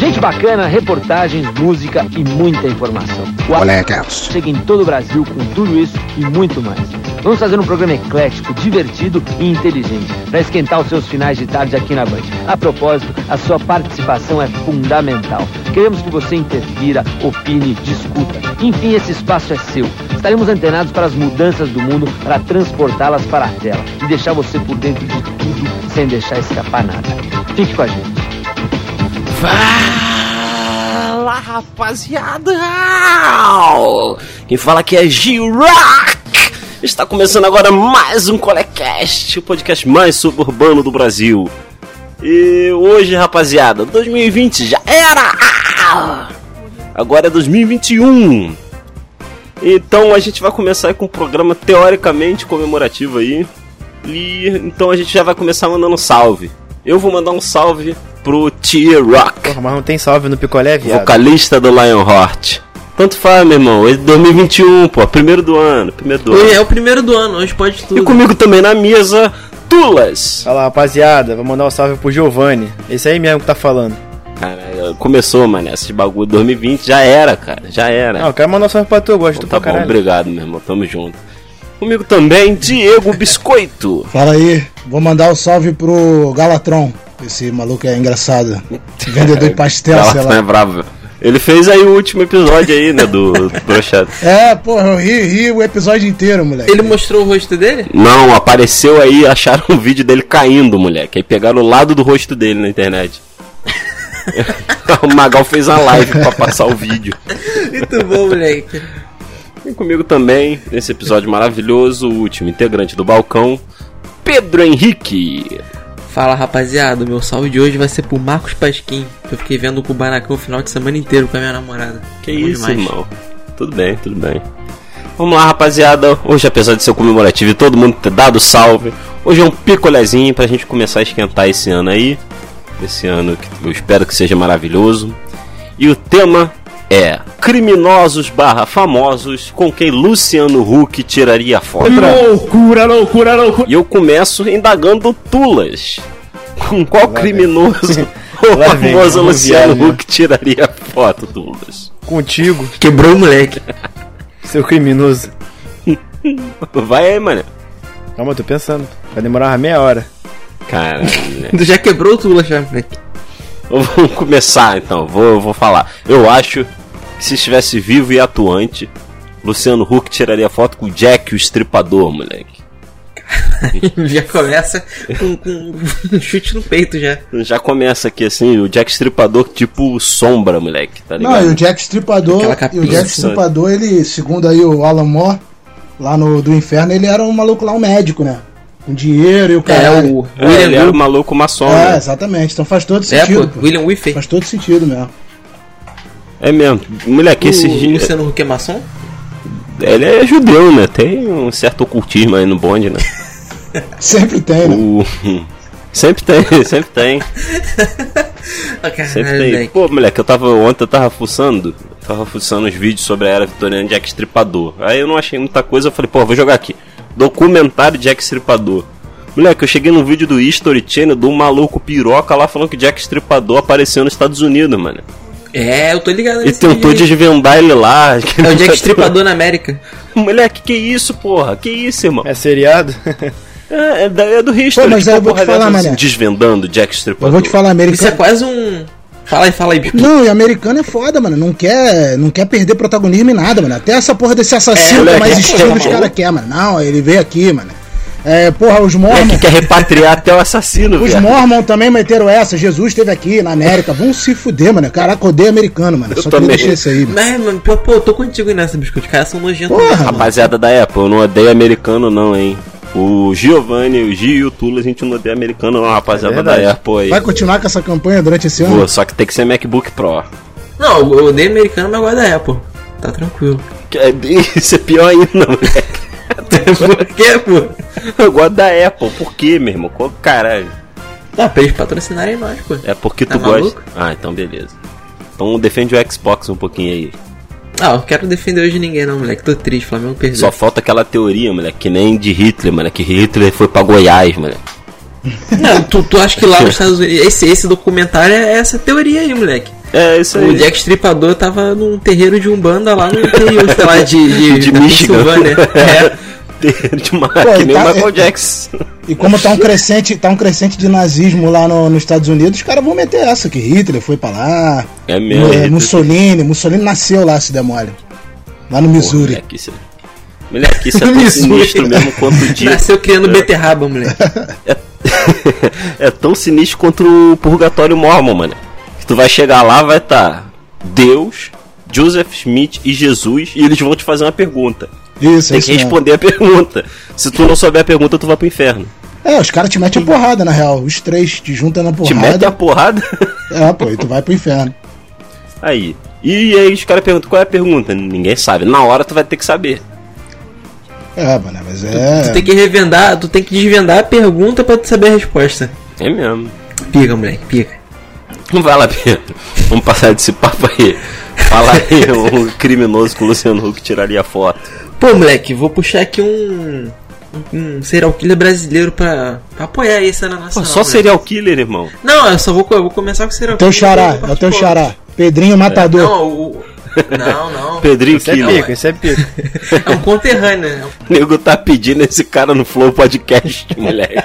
Muito bacana, reportagens, música e muita informação. O Colegas. chega em todo o Brasil com tudo isso e muito mais. Vamos fazer um programa eclético, divertido e inteligente para esquentar os seus finais de tarde aqui na Band. A propósito, a sua participação é fundamental. Queremos que você interfira, opine, discuta. Enfim, esse espaço é seu. Estaremos antenados para as mudanças do mundo para transportá-las para a tela e deixar você por dentro de tudo sem deixar escapar nada. Fique com a gente. Fala, rapaziada! Quem fala aqui é G-Rock! Está começando agora mais um Colecast, o podcast mais suburbano do Brasil. E hoje, rapaziada, 2020 já era! Ah! Agora é 2021! Então a gente vai começar aí com um programa teoricamente comemorativo aí. E então a gente já vai começar mandando um salve. Eu vou mandar um salve pro T-Rock. Porra, mas não tem salve no picolé, viado. Vocalista do Lionheart. Tanto faz, meu irmão. É 2021, pô. Primeiro do ano. Primeiro do É ano. o primeiro do ano, hoje pode E tudo. comigo também na mesa, Tulas. Fala, rapaziada. Vou mandar um salve pro Giovanni. Esse aí mesmo que tá falando. Cara, começou, mano. Esse bagulho 2020 já era, cara. Já era. Ah, eu quero mandar um salve pra tu, eu gosto de tu tá pra bom, caralho. obrigado, meu irmão. Tamo junto. Comigo também, Diego Biscoito. Fala aí, vou mandar um salve pro Galatron. Esse maluco é engraçado. Vendedor de pastel, sei Ela é lá. brava. Ele fez aí o último episódio aí, né, do, do Brochado. É, porra, eu ri, ri o episódio inteiro, moleque. Ele mostrou o rosto dele? Não, apareceu aí, acharam um vídeo dele caindo, moleque. Aí pegaram o lado do rosto dele na internet. o Magal fez uma live pra passar o vídeo. Muito bom, moleque. E comigo também, nesse episódio maravilhoso, o último integrante do balcão, Pedro Henrique. Fala rapaziada, o meu salve de hoje vai ser pro Marcos Pasquim. que Eu fiquei vendo o Kubanacan o final de semana inteiro com a minha namorada. É Que Bom isso, demais. irmão. Tudo bem, tudo bem. Vamos lá, rapaziada. Hoje, apesar de ser comemorativo e todo mundo ter dado salve, hoje é um picolézinho pra gente começar a esquentar esse ano aí. Esse ano que eu espero que seja maravilhoso. E o tema é criminosos barra famosos com quem Luciano Huck tiraria foto. Loucura, loucura, loucura. E eu começo indagando Tulas. Com qual criminoso o Lá vem, famoso vamos né? Luciano viajar. Huck tiraria foto, Tulas? Contigo, Quebrou o moleque. seu criminoso. Vai aí, mano. Calma, eu tô pensando. Vai demorar uma meia hora. Caralho. né? tu já quebrou o Tula, já, moleque. Vamos começar então, vou, vou falar. Eu acho que se estivesse vivo e atuante, Luciano Huck tiraria foto com o Jack, o estripador, moleque. já começa com, com um chute no peito já. Já começa aqui assim, o Jack estripador tipo sombra, moleque, tá Não, ligado? e o Jack Stripador, Aquela capinha e o Jack de Stripador, ele, segundo aí o Alan Moore, lá no do Inferno, ele era um maluco lá, um médico, né? Com dinheiro e o É, cara. o É, ele era William o maluco maçom, É, né? exatamente. Então faz todo Wi- É, sentido. pô, pô. William Whiffey. Faz todo sentido mesmo. É mesmo. Moleque, esse. O Luciano Huck é maçom? Ele é judeu, né? Tem um certo ocultismo aí no bonde, né? Sempre tem, né? O... Sempre tem, sempre tem. Ah, caralho, Sempre tem. moleque. Pô, moleque, eu tava ontem, eu tava fuçando, eu tava fuçando os vídeos sobre a era vitoriana de Jack Stripador. Aí eu não achei muita coisa, eu falei, pô, vou jogar aqui. Documentário de Jack Stripador. Moleque, eu cheguei num vídeo do History Channel do maluco piroca lá falando que Jack Stripador apareceu nos Estados Unidos, mano. É, eu tô ligado. E um nesse tentou vídeo aí. desvendar ele lá. É o tá Jack Stripador na América. Moleque, que isso, porra? Que isso, irmão? É seriado? É, é, da- é do History. Pô, mas que eu vou te porra falar, dessa, mané. Desvendando Jack Stripador. Eu vou te falar, Isso é americano. quase um. Fala aí, fala aí, bicho. Não, e americano é foda, mano. Não quer, não quer perder protagonismo em nada, mano. Até essa porra desse É, assassino que moleque, é mais é estilo dos maluco. caras quer, mano. Não, ele veio aqui, mano. É, porra, os mormons. Moleque quer repatriar até o assassino, Os velho. mormons também meteram essa. Jesus esteve aqui na América. Vão se fuder, mano. Caraca, odeio americano, mano. Eu Só também. queria deixar isso aí, mano. Mas, mano, pô, pô, eu tô contigo nessa, biscoito. Os caras são nojentos. Porra, mano. Rapaziada da Apple, eu não odeio americano não, hein? O Giovanni, o Gio e o Tula, a gente não odeia americano não, rapaziada É verdade. da Apple aí. Vai continuar com essa campanha durante esse ano? Pô, só que tem que ser MacBook Pro. Não, eu odeio americano, é mas gosto da Apple. Tá tranquilo. Que é- Isso é pior ainda, moleque. Por quê, pô? Eu gosto da Apple, por quê, meu irmão? Qual- Caralho. Ah, pra eles patrocinarem nós, pô. É porque tu Tá maluco? gosta. Ah, então beleza. Então defende o Xbox um pouquinho aí. Ah, eu não quero defender hoje ninguém, não, moleque. Tô triste, Flamengo perdeu. Só falta aquela teoria, moleque, que nem de Hitler, mano, que Hitler foi pra Goiás, mano. Não, tu, tu acha que lá nos Estados Unidos. Esse, esse documentário é essa teoria aí, moleque. É, isso aí. O Jack Stripador tava num terreiro de Umbanda lá no interior, sei lá, de, de, De da Michigan. Pensilvânia. É. de uma, Pô, que nem tá- o Michael é- Jackson. E como tá um crescente, tá um crescente de nazismo lá no- nos Estados Unidos, os caras vão meter essa, que Hitler foi pra lá. É é, mesmo. Mussolini, Mussolini nasceu lá, se der mole. Lá no Porra, Missouri. moleque, isso é- Moleque, isso é tão Missouri. sinistro mesmo quanto o dia. Nasceu criando beterraba, moleque. é tão sinistro quanto o Purgatório Mormon, mano. Que tu vai chegar lá, vai estar Deus, Joseph Smith e Jesus, e eles vão te fazer uma pergunta. Isso, é Tem isso. que mesmo. responder a pergunta. Se tu não souber a pergunta, tu vai pro inferno. É, os caras te metem a porrada, na real. Os três te juntam na Te mete a porrada. porrada. É, pô, e tu vai pro inferno. Aí. E aí os caras perguntam qual é a pergunta. Ninguém sabe. Na hora tu vai ter que saber. É, mano, mas Tu é. tem que revendar, tu tem que desvendar a pergunta pra tu saber a resposta. É mesmo. Pica, moleque, pica. Não vai lá, Pedro. Vamos passar desse papo aí. Fala aí, o criminoso com o Luciano Huck tiraria foto. Pô, moleque, vou puxar aqui um. Um serial killer brasileiro pra, pra apoiar aí a cena Pô, nacional. só moleque. serial killer, irmão. Não, eu só vou, co- eu vou começar com o serial Teu killer. xará, pra- é o teu pô, xará. Pedrinho Matador. Não, o. Não, não. Pedrinho Isso é Killer. pico, isso é pico. É um conterrâneo, né? O nego tá pedindo esse cara no Flow Podcast, moleque.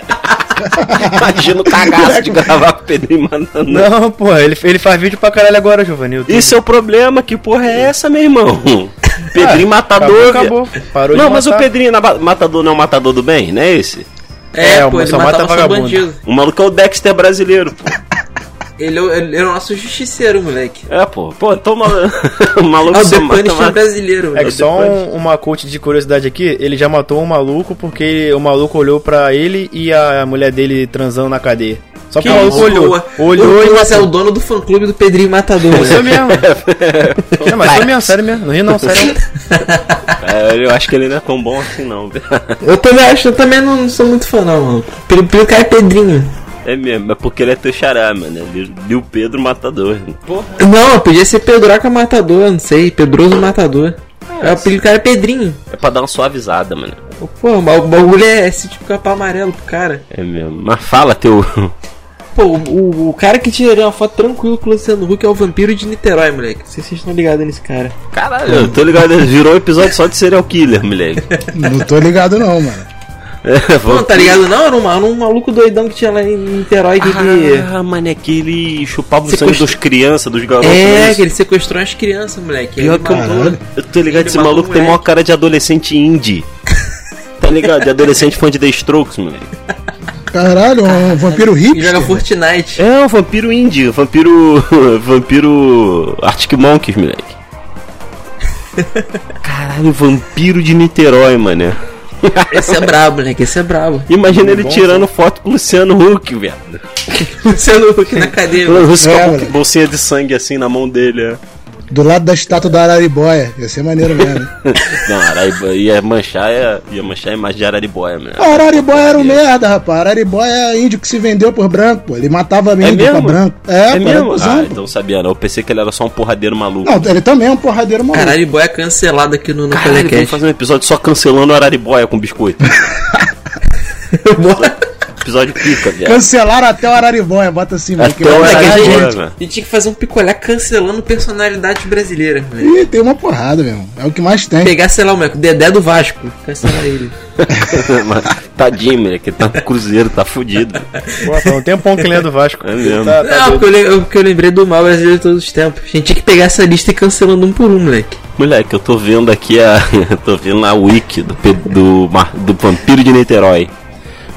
Imagina o cagaço de gravar com o Pedrinho mandando. Não, porra, ele, ele faz vídeo pra caralho agora, Giovanildo. Esse é o problema, que porra é essa, meu irmão? Pedrinho Matador. acabou, é viado. parou de não, mas o matar. Pedrinho na ba- Matador não é o Matador do Bem, não é esse? É, É, o pô, ele só mata matava só vagabundo. bandido. O maluco é o Dexter brasileiro, pô. Ele, é o- ele é o nosso justiceiro, moleque. É, pô. Pô, toma. o maluco Ah, o só The mata, Punisher mata- brasileiro. É que moleque. só um- uma coach de curiosidade aqui, ele já matou um maluco porque o maluco olhou pra ele e a mulher dele transando na cadeia. Só porque tá o maluco isso, olhou. pô. Olhou O e Thomas é o matou. dono do fã clube do Pedrinho Matador. Isso moleque. mesmo. Não, mas isso mesmo, sério mesmo. Não ri não, sério. É, eu acho que ele não é tão bom assim, não. eu também acho, eu também não, não sou muito fã, não, mano. Pelo, pelo cara é Pedrinho. É mesmo, é porque ele é teu xará, mano. Ele ele o Pedro Matador. Porra. Não, podia ser Pedroca Matador, não sei, Pedroso Matador. É, o apelido do cara é Pedrinho. É pra dar uma suavizada, mano. Pô, mas o bagulho é esse tipo de capa amarelo pro cara. É mesmo. Mas fala teu. Pô, o, o- o cara que tiraria uma foto tranquilo com o Luciano Huck é o vampiro de Niterói, moleque. Não sei se vocês estão ligados nesse cara. Caralho, eu tô ligado, virou um episódio só de serial killer, moleque. Não tô ligado, não, mano. É, Pô, não tá ligado? Não, era um, era um maluco doidão que tinha lá em Niterói que ele. Ah, mano, é que ele chupava o Você sangue cons- dos crianças, dos garotos. É, né? que ele sequestrou as crianças, moleque. Aí Pior ele que eu- matou. um Eu tô ligado, Ele esse matou maluco tem moleque. maior cara de adolescente indie. Tá ligado? De adolescente fã de The Strokes, moleque. Caralho, um vampiro E joga hipster. Fortnite. É, um vampiro indie, vampiro. vampiro. Arctic Monkeys, moleque. Caralho, vampiro de Niterói, mano. Esse é brabo, moleque. Esse é brabo. Imagina ele tirando foto com o Luciano Huck, velho. Luciano Huck na cadeia. O moleque. Russo É, com uma moleque. bolsinha de sangue assim na mão dele, é. Do lado da estátua da Araribóia. Ia ser maneiro mesmo. hein? Não, Araiba, ia é manchar, ia, ia manchar a imagem de Araribóia, mano. Ah, Araribóia era um merda, rapaz. Araribóia é índio que se vendeu por branco, pô. Ele matava É índio pra mesmo? branco. é É, pô, era mesmo? cuzão, Ah, pô. então sabia não. Eu pensei que ele era só um porradeiro maluco. Não, ele também é um porradeiro maluco. Caralho, boy é cancelado aqui no, no é Caralho, vamos Telecast. fazer um episódio só cancelando o Araribóia com biscoito. Bora. Episódio pica, viado. Cancelaram até o Araribóia, bota assim, mano. Até o Moleque, a Caralho, gente- mano. a gente tinha que fazer um picolé cancelando personalidade brasileira, moleque. Ih, tem uma porrada, meu. É o que mais tem. Pegar, sei lá, moleque, o Dedé do Vasco. Cancelar ele. Mas, Tadinho, moleque, ele tá no cruzeiro, tá fudido. Pô, foi um tempão que ele é do Vasco. É mesmo. Tá, tá Não, doido. porque eu, le- eu- porque eu lembrei do mal brasileiro de todos os tempos. A gente tinha que pegar essa lista e ir cancelando um por um, moleque. Moleque, eu tô vendo aqui a. tô vendo a wiki do, Pe- do, Mar- do Vampiro de Niterói.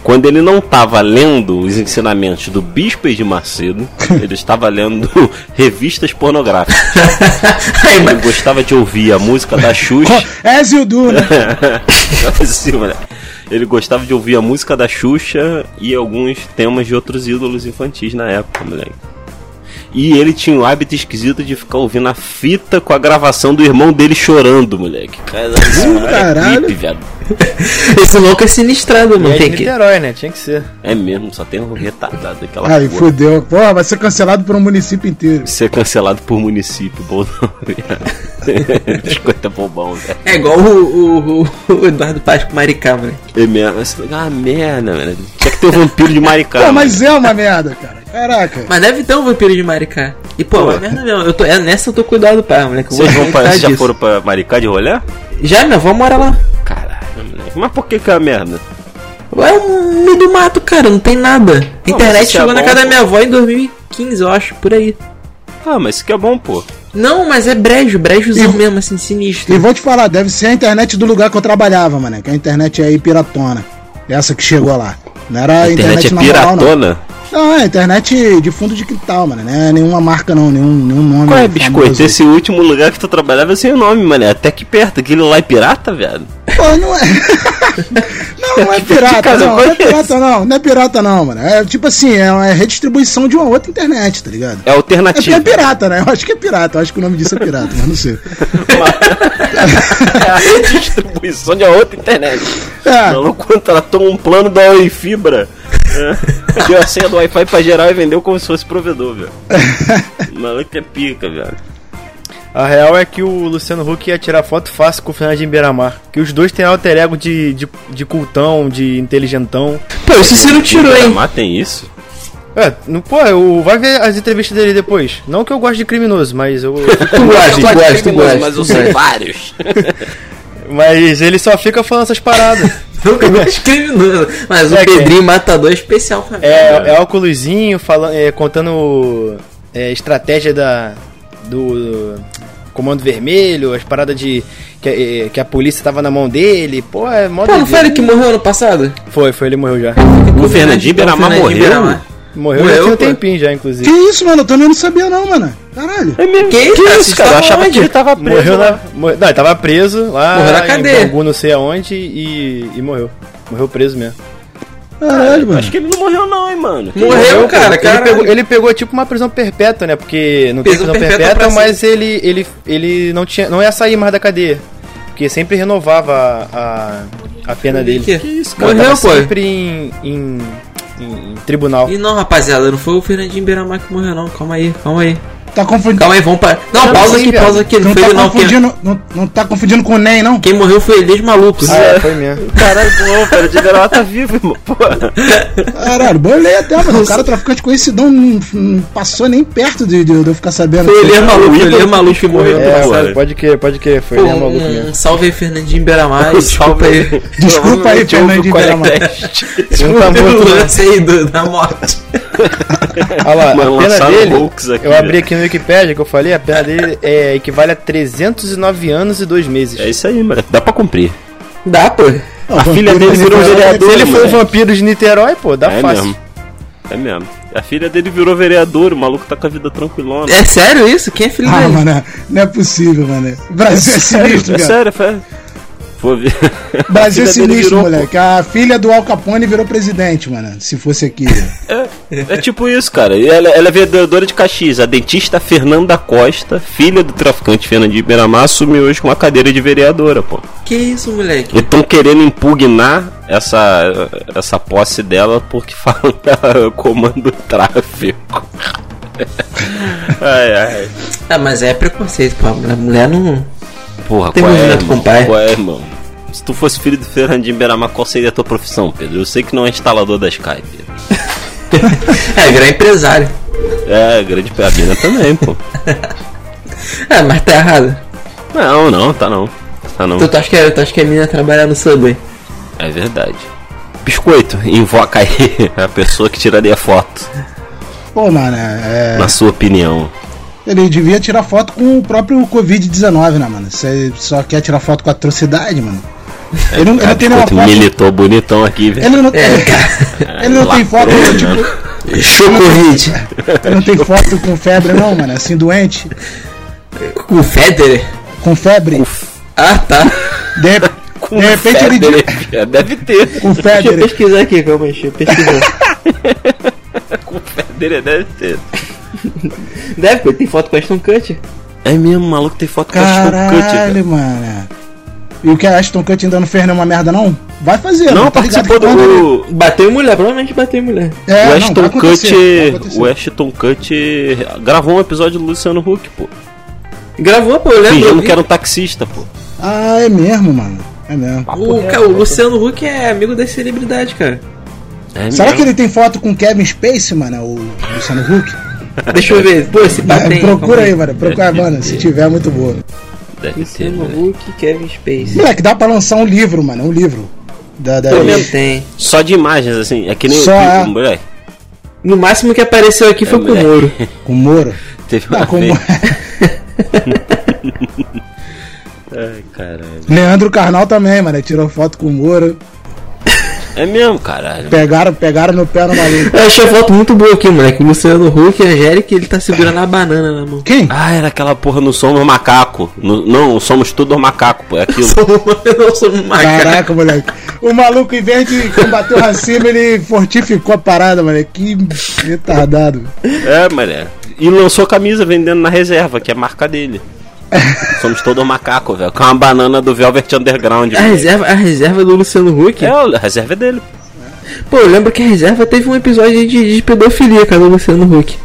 Quando ele não tava lendo os ensinamentos do Bispo de Macedo, ele estava lendo revistas pornográficas. Aí, Ele mas gostava de ouvir a música da Xuxa. Co- É Zildu, né? Sim, moleque. né? ele gostava de ouvir a música da Xuxa e alguns temas de outros ídolos infantis na época, moleque. E ele tinha o hábito esquisito de ficar ouvindo a fita com a gravação do irmão dele chorando, moleque. Caralho, isso é caralho. creepy, viado. esse louco é sinistrado, E mano. é de Tem que... Niterói, né? Tinha que ser. É mesmo, só tem um retardado daquela Aí, porra. fudeu. Porra, vai ser cancelado por um município inteiro. Ser cancelado por município, bom não, viado. Biscoito é bobão, velho. É igual o, o, o, o Eduardo Paz com Maricá, moleque. É mesmo, esse lugar é uma merda, velho. Tinha que ter o um vampiro de Maricá. Pô, mano. mas é uma merda, cara. Caraca. Mas deve ter um vampiro de Maricá. E pô, é uma merda mesmo. Eu tô, é, nessa eu tô cuidado, pai, moleque. Eu vou Vocês vão pra, é tratar vocês já disso. foram pra Maricá de rolê? Já, minha avó mora lá. Caralho, moleque. Mas por que que é a merda? É um meio do mato, cara, não tem nada. A Não, mas internet isso chegou é na bom, casa da pô. minha avó em 2015, eu acho, por aí. Ah, mas isso que é bom, pô. Não, mas é brejo, brejozão E- mesmo, assim, sinistro. E vou te falar, deve ser a internet do lugar que eu trabalhava, mano. Que a internet é aí piratona. Essa que chegou lá. Não era A a internet, internet é na moral, não. piratona. Não, é internet de fundo de quintal, mano. Não é nenhuma marca, não. Nenhum, nenhum nome. Qual é, Hum, famoso. biscoito? Esse último lugar que tu trabalhava é sem o nome, mano. Até que perto. Aquele lá é pirata, velho? Pô, não é. não, não é pirata, Cara, não. Não é olha pirata, não. Não é pirata, não, mano. É tipo assim, é uma redistribuição de uma outra internet, tá ligado? É É, alternativo. é pirata, né? Eu acho que é pirata. Eu acho que o nome disso é pirata, mas não sei. É a redistribuição de outra internet. É. Não contratou um plano da Oi Fibra. né? Deu a senha do Wi-Fi pra geral e vendeu como se fosse provedor, velho. O Maluco é pica, velho. A real é que o Luciano Huck ia tirar foto fácil com o Fernandinho Beiramar. Que os dois têm alter ego de, de, de cultão, de inteligentão. Pô, o Cicero tirou, hein? Mas tem isso? É, não, pô, eu, vai ver as entrevistas dele depois. Não que eu goste de criminoso, mas eu. Tu gosta, tu gosta, tu gosta. mas eu tu sei gosta. vários. mas ele só fica falando essas paradas. Nunca me discriminou. Mas o É que- Pedrinho Matador é especial pra mim. É, é óculosinho, falando, é, contando é, estratégia da, do Comando Vermelho, as paradas de que, é, que a polícia tava na mão dele. Pô, é mó Pô, não foi doideira. ele que morreu ano passado? Foi, foi, ele morreu já. O Fernandinho Beiramar Fernandinho morreu? Beiramar. Morreu, Morreu, já tinha um pô. tempinho já, Que inclusive. isso, mano? Eu também não sabia, não, mano. Caralho. É mesmo? Que isso, cara? Eu achava Onde? que ele tava preso. Morreu lá. na, mor- não, ele tava preso lá Morreu na em cadeia. Bangu, não sei aonde, e, e morreu. Morreu preso mesmo. Caralho, mano. É, Acho que ele não morreu não, hein, mano. Morreu, pô. cara, ele cara. Pegou, ele pegou tipo uma prisão perpétua, né? Porque não tem Prisão prisão perpétua perpétua, pra mas ele, ele, ele não, tinha, não ia sair mais da cadeia. Porque sempre renovava a, a, a pena dele. Que isso, Ele Morreu, tava pô. sempre em, em, em- em tribunal. E não, rapaziada, não foi o Fernandinho Beiramar que morreu, não. Calma aí, calma aí. Tá confundindo. Calma aí, vamos para. Eu Não, pausa não sei, aqui, cara. pausa aqui. Não Não foi tá, ele, não. Quem, confundindo, não, não tá confundindo com o Ney, não? quem morreu foi eles malucos. Ah, é, foi mesmo. Caralho, pô, cara, de Beiramar tá vivo, irmão. Pô. Caralho, bolei até, mano. O cara é traficante conhecidão não, não passou nem perto de, de eu de eu ficar sabendo. Foi eles malucos, foi eles malucos que morreu ano É, passado. pô, pode crer, pode crer. Foi Pô, ele é maluco um, mesmo. um salve aí, Fernandinho Beiramar. e Salve. Desculpa Um Desculpa aí, aí. Provavelmente houve Fernandinho qual é Beiramar. que é. Não tá Pelo morto, né? lance aí do- da morte. Olha lá, Mano, a pena lançaram dele. hoax aqui, eu abri velho. aqui no Wikipedia que eu falei, a pena dele é, equivale a 309 anos e 2 meses. É isso aí, mano. Dá pra cumprir. Dá, pô. Ó, vampiro filha dele também virou foi- vereador. Se ele for um moleque. vampiro de Niterói, pô, dá é fácil. mesmo. É mesmo. A filha dele virou vereador, o maluco tá com a vida tranquilona. É sério isso? Quem é filho Ah, dele? mano, não é possível, mano. O Brasil é sinistro, é cara. sério, foi. Vou ver. O Brasil é A filha dele sinistro, virou, moleque. A filha do Al Capone virou presidente, mano. Se fosse aqui. É, é tipo isso, cara. E Ela, ela é vereadora de Caxias. A dentista Fernanda Costa, filha do traficante Fernandinho Beiramar, assumiu hoje com a cadeira de vereadora, pô. Que isso, moleque? E estão querendo impugnar essa, essa posse dela porque falam que ela comanda o tráfico. ai, ai. Ah, mas é preconceito, pô. A mulher não. Porra, Tem qual é, movimento irmão? com o pai. Qual é, irmão? Se tu fosse filho do Fernandinho Beiramar, qual seria a tua profissão, Pedro? Eu sei que não é instalador da Skype. É, virar empresário. É, grande pegada também, pô. É, mas tá errado. Não, não, tá não. Tá não. Tu, tu, acha que, é, tu acha que a menina trabalha no Subway? É verdade. Biscoito, invoca aí a pessoa que tiraria foto, Pô, mano, é. na sua opinião. Ele devia tirar foto com o próprio Covid-19, né, mano? Você só quer tirar foto com atrocidade, mano. Ele não, ele não tem nenhuma Ah, Biscoito foto. militou bonitão aqui, velho. Ele não, É, ele não tem foto, Lacrou, tipo, mano. Chocorrite. ele não tem foto com febre, não, mano. Assim, doente. Com o Federer? Com febre. Ah, tá. De, Com de repente ele. Federer, de- cara, Deve ter. né? Com Deixa eu febre. pesquisar aqui, calma aí, deixa eu pesquisar. Com Federer, é, deve ter. Deve, pô, tem foto com Aston Kutcher. É mesmo, o maluco tem foto com a velho. Caralho, mano. E o que a Ashton Kutcher ainda não fez nenhuma merda, não? Vai fazer, Não, mano, tá ligado participou que quando ele- do. Bateu em mulher, provavelmente bateu em mulher. É, não, o tá vai Ashton acontecer, vai Kutcher. acontecer. O Ashton Kutcher gravou um episódio do Luciano Huck, pô. Gravou, pô, eu É, lembro. eu Fingindo vi. que era um taxista, pô. Ah, é mesmo, mano. É mesmo. O, cara, o Luciano Huck é amigo das celebridades, cara. É Será mesmo. que ele tem foto com Kevin Space, mano? O Luciano Huck? Deixa eu ver. É, Pô, esse Vai, patente. procura aí, mano. Procura, Deve mano. ter. Se tiver, é muito boa. Deve ter, Luciano né? Huck, Kevin Space. Moleque, dá pra lançar um livro, mano. Um livro. Da, É da... Também tem. Só de imagens, assim. É que nem Só é. o moleque. No máximo que apareceu aqui foi É, com o moleque. Moro. Com o Moro. Teve uma Tá, com o vez. Moro. Ai, caralho. Leandro Carnal também, mano. Tirou foto com o Moro. É mesmo, caralho. Pegaram, pegaram no pé no maluco. Eu achei a foto muito boa aqui, moleque. O Luciano Huck e a Angélica, ele tá segurando a banana na mão. Quem? Ah, era aquela porra, não somos macaco. No- não, somos todos macaco, pô. É aquilo. Eu não sou um macaco. Caraca, moleque. O maluco, em vez de combater o racismo, ele fortificou a parada, mano. Que retardado. É, mané. E lançou camisa vendendo na reserva, que é a marca dele. Somos todos macaco, velho. Com uma banana do Velvet Underground. A É, reserva, a reserva do Luciano Huck. É, a reserva é dele. Pô, eu lembro que a reserva teve um episódio de, de pedofilia, cara, do Luciano Huck.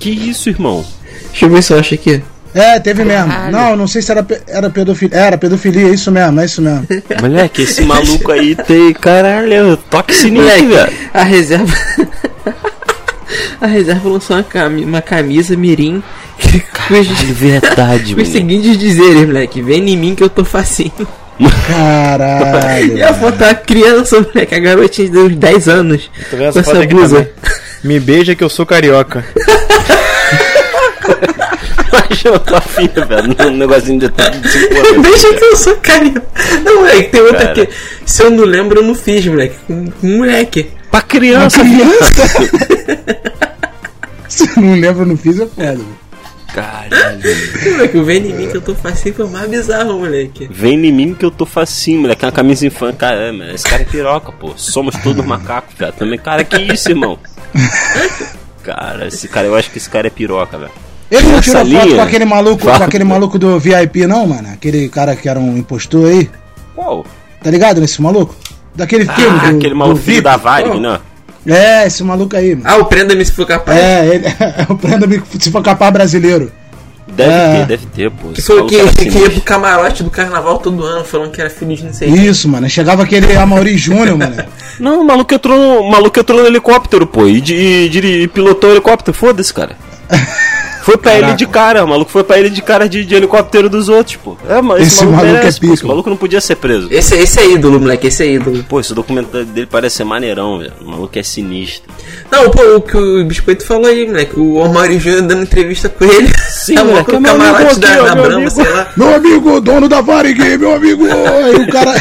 Que isso, irmão? Deixa eu ver se eu acho aqui. É, teve mesmo. Não, não sei se era, pe- era pedofilia. Era pedofilia, é isso mesmo, é isso mesmo. Moleque, esse maluco aí tem. Caralho, é toque sinistro, Moleque, velho. a reserva. a reserva lançou uma, cami- uma camisa mirim. que- De Com verdade, os, os mano. seguintes dizeres, moleque. Vem em mim que eu tô facinho. Caralho. E a foto da criança, moleque. A garotinha de uns 10 anos. Tô vendo Com essa foto essa aqui blusa. também. Me beija que eu sou carioca. Imagina tua filha, velho. Num negocinho de tudo de cinco anos. Deixa que eu sou carioca. Não, moleque, tem outra Cara. aqui. Se eu não lembro, eu não fiz, moleque. Com com um moleque. Pra criança, Se eu não lembro, eu não fiz, é foda. mano. Caralho. Moleque, o Vem em mim que eu tô facinho foi o mais bizarro, moleque. Vem em mim que eu tô facinho, moleque. É uma camisa infantil. Cara, é, mano, esse cara é piroca, pô. Somos todos macacos, velho. Também, cara, que isso, irmão? Cara, esse cara, eu acho que esse cara é piroca, velho. Ele não tirou Essa foto linha? com aquele maluco, Fala. com aquele maluco do VIP, não, mano? Aquele cara que era um impostor aí. Qual? Tá ligado nesse maluco? Daquele filme. Ah, do- aquele do maluco filho VIP. da Varig, Oh. né? É, esse maluco aí, mano. Ah, o Prenda-me se for capaz. É, ele é o prêmio se for capaz brasileiro. Deve É. ter, deve ter, pô. Que Esse foi o maluco que, era que ia pro é sinistro. camarote do carnaval todo ano, falando que era filho de não sei quem. Isso, mano. Chegava aquele Amaury Júnior, mano. Não, o maluco entrou no, o maluco entrou no helicóptero, pô. E, de- e, diri- e pilotou o helicóptero, foda-se, cara. Foi pra ele de cara, o maluco foi pra ele de cara de, de helicóptero dos outros, pô. É, mas esse, Esse maluco, maluco é merece, pô. pica. Esse maluco não podia ser preso. Esse, esse é ídolo, moleque, esse é ídolo. Pô, esse documentário dele parece ser maneirão, velho. O maluco é sinistro. Não, pô, o que o Biscoito falou aí, moleque. O Omar Júnior dando entrevista com ele. Sim, Tá bom, moleque, com é o meu camarote amigo da, aqui, ó, da meu Brahma, amigo. sei lá. Meu amigo, dono da Varig, meu amigo! Aí o cara.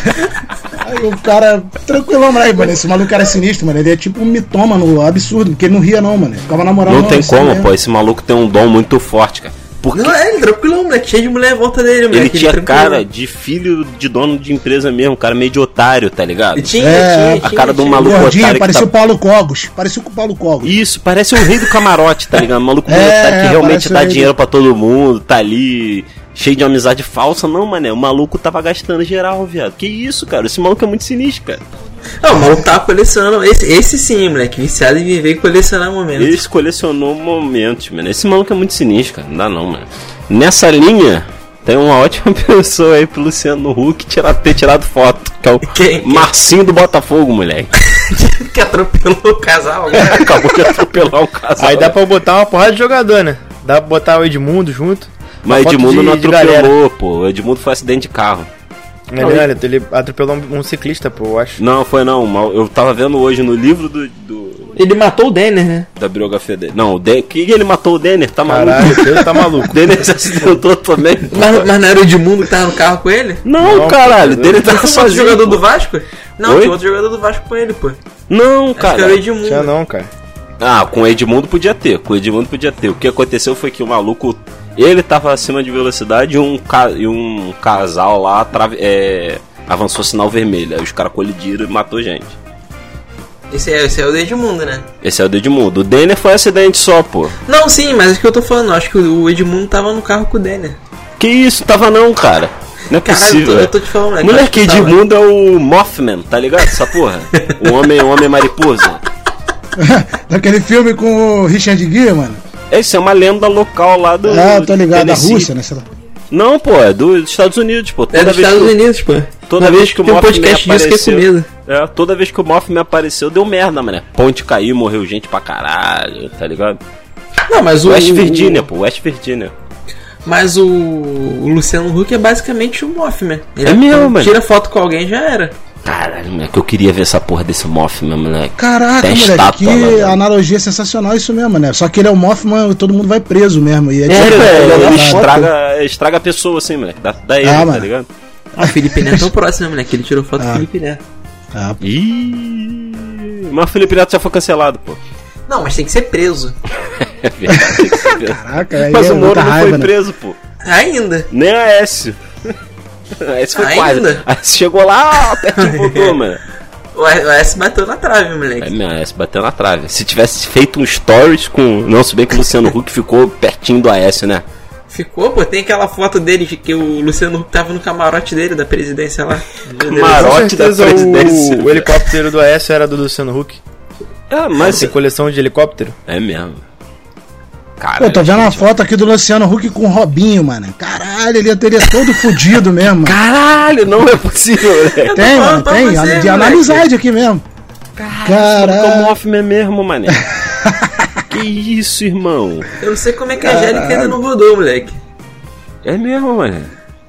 Aí o cara. Tranquilão, mano. Aí, mano, esse maluco era sinistro, mano. Ele é tipo um mitômano absurdo, porque ele não ria, não, mano. Ele Ficava na moral. Não tem assim como, mesmo. pô. Esse maluco tem um dom muito forte, cara. Porque Não, é, ele tranquilão, moleque, cheio de mulher à volta dele, moleque. né? ele tinha tranquilão. cara de filho de dono de empresa mesmo, cara meio de otário, tá ligado? Ele Tinha, É, tinha, a tinha, cara do tinha. maluco. otário Gordinho, que parecia tá- o Paulo Cogos. Parecia com o Paulo Cogos. Isso, parece o rei do camarote, tá ligado? O maluco É, otário que é, realmente parece dá o rei dinheiro pra todo mundo, tá ali, cheio de amizade falsa. Não, mané, o maluco tava gastando geral, viado. Que isso, cara? Esse maluco é muito sinistro, cara. Não, o maluco tava colecionando. Esse, esse sim, moleque, viciado em viver e colecionar momentos. tá- Ele colecionou momentos, mano. Esse maluco é muito sinistro, cara. Não dá não, mano. Nessa linha, tem uma ótima pessoa aí pro Luciano Huck tirar, ter tirado foto. Que é o Quem? Marcinho do Botafogo, moleque. que atropelou o casal, né? cara. Acabou de atropelar o casal. Aí dá pra botar uma porrada de jogador, né? Dá pra botar o Edmundo junto. Mas Uma foto Edmundo de- não de galera. atropelou, pô. O Edmundo foi acidente de carro. Não, ele, olha, ele atropelou um, um ciclista, pô, eu acho. Não, foi não. mal- Eu tava vendo hoje no livro do. do- Ele matou o Denner, né? da biografia dele. Não, o Den... que ele matou o Denner? Tá maluco? Caralho, Deus tá O maluco. Denner se acidentou também. pô. Mas, mas não era o Edmundo que tava no carro com ele? Não, Não, caralho, o pô, Denner tá Não assim? tava foi outro sozinho. jogador pô. do Vasco? Não, Oi? tinha outro jogador do Vasco com ele, pô. Não, Acho que era cara. o Edmundo. Tinha não, cara. Ah, com o Edmundo podia ter, com o Edmundo podia ter. O que aconteceu foi que o maluco, ele tava acima de velocidade e um, ca- e um casal lá atrave- é, avançou sinal vermelho. Aí os caras colidiram e matou gente. Esse é, esse é o do Edmundo, né? Esse é o do Edmundo. O Denner foi acidente só, pô. Não, sim, mas é o que eu tô falando. Acho que o Edmundo tava no carro com o Denner. Que isso, tava não, cara. Não é Caralho, eu possível. tô, é. eu tô te falando, moleque. Moleque acho que tava. Edmundo é o Mothman, tá ligado? Essa porra. O homem, o homem mariposa. Daquele filme com o Richard Gere, mano. É isso, é uma lenda local lá do. Ah, tô ligado, da Tennessee. Rússia, né? sei lá. Não, pô, é do- dos Estados Unidos, pô. É Toda dos vez Estados que- Unidos, pô. Toda Uma vez que o tem um Mothman podcast disso que é apareceu- comida. É, toda vez que o Mothman apareceu, deu merda, mané. Ponte caiu, morreu gente pra caralho, tá ligado? Não, mas o. West o- Virginia, pô, West Virginia. Mas o, o Luciano Huck é basicamente um Mothman. Ele É mesmo, quando mano. Tira foto com alguém já era. Caralho, moleque, eu queria ver essa porra desse Mothman, moleque. Caraca, Tem moleque, estátua, que mano. analogia sensacional isso mesmo, né? Só que ele é o Mothman e todo mundo vai preso mesmo. E é, É, tipo, velho, é, ele é, estraga, estraga a pessoa assim, moleque. Dá, dá ele, Ah, tá mano. ligado? Ah, o Felipe Neto é o próximo, né? Que ele tirou foto do Ah. Felipe Neto. Ah, Ih. Mas o Felipe Neto já foi cancelado, pô. Não, mas tem que ser preso. É verdade, tem que ser verdade. caraca, aí Mas é o Moro muita não raiva, foi né? preso, pô. Ainda. Nem a Aécio. A Aécio foi Ainda? quase. A Aécio chegou lá, perto e voltou, mano. O o S bateu na trave, É, moleque. meu, a Aécio bateu na trave. Se tivesse feito um stories com... Não, se bem que o Luciano Huck ficou pertinho do Aécio, né? Ficou, pô. Tem aquela foto dele de que o Luciano Huck tava no camarote dele da presidência lá. Camarote da presidência. o, o helicóptero do Aécio era do Luciano Huck. Ah, mas... Tem coleção de helicóptero? É mesmo. Cara, é Pô, tô vendo uma foto aqui do Luciano Huck com o Robinho, mano. Caralho, ele teria todo fudido mesmo. mano. Caralho, não é possível, moleque. Tem, mano, falando pra tem. você, De anamizade aqui mesmo. Como Caralho. Hoffman mesmo, mané. que isso, irmão? Eu não sei como é que a Angélica ainda não rodou, moleque. É mesmo, mané.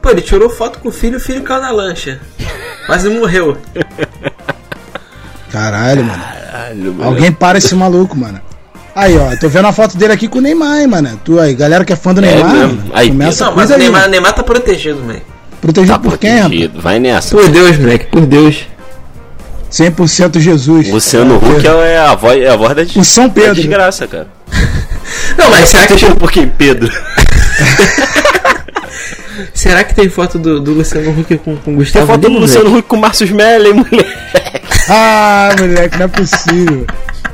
Pô, ele tirou foto com o filho, o filho caiu na lancha. Quase morreu. Caralho, mano. Caralho, mano. Alguém para esse maluco, mano. Aí, ó, tô vendo a foto dele aqui com o Neymar, hein, mano. Tu aí, galera que é fã do Neymar, mesmo. mano, Aí, começa Não, não, mas coisa o aí. Neymar, o mano. Neymar tá protegido, moleque. Protegido Tá por quem, rapaz? protegido. Vai nessa. Por Deus, moleque, por Deus. 100% Jesus. Luciano Huck é a voz, é a voz da O São da Pedro. desgraça, cara. Não, mas será que, Protegido por quem, Pedro? será que tem foto do, do Luciano Huck com, com o Tem Gustavo foto do Lima, Luciano Huck com o Márcio Smelly, moleque. Ah, moleque, não é possível.